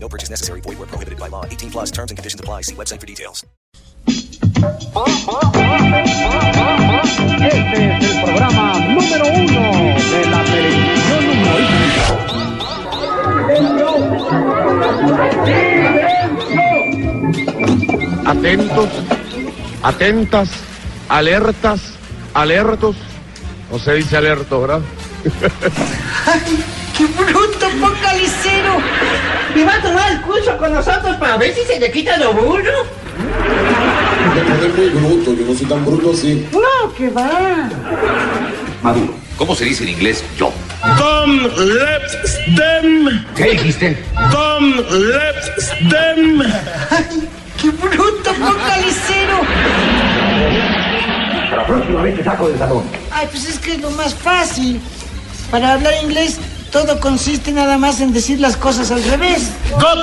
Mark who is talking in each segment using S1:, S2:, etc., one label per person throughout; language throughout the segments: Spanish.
S1: No purchase necessary. Void where prohibited by law. 18 plus terms and conditions apply. See website for details.
S2: Este es el programa número uno de la televisión humorística.
S3: Atentos, atentas, alertas, alertos. No se dice alerto, ¿verdad?
S4: ¡Qué bruto, focalicero! Me va a tomar el curso con nosotros para ver si se le quita lo burro.
S5: No es muy bruto, yo no soy tan bruto así.
S4: No, que va.
S6: Maduro. ¿Cómo se dice en inglés yo?
S7: Tom left stem,
S6: ¿Qué dijiste?
S7: Tom left stem.
S4: ¡Qué bruto, focalicero!
S6: Para la próxima vez te saco del salón.
S4: Ay, pues es que es lo más fácil. Para hablar inglés, todo consiste nada más en decir las cosas al revés.
S7: Got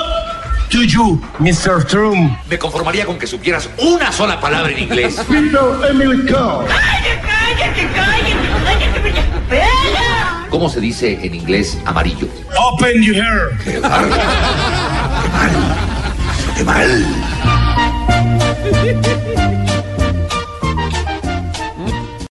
S7: to you, Mr. Trump.
S6: Me conformaría con que supieras una sola palabra en inglés.
S7: Peter Emily Carr.
S4: ¡Cállate, cállate, cállate!
S6: ¿Cómo se dice en inglés amarillo?
S7: Open your hair.
S6: ¡Qué mal! ¡Qué mal! ¡Qué mal!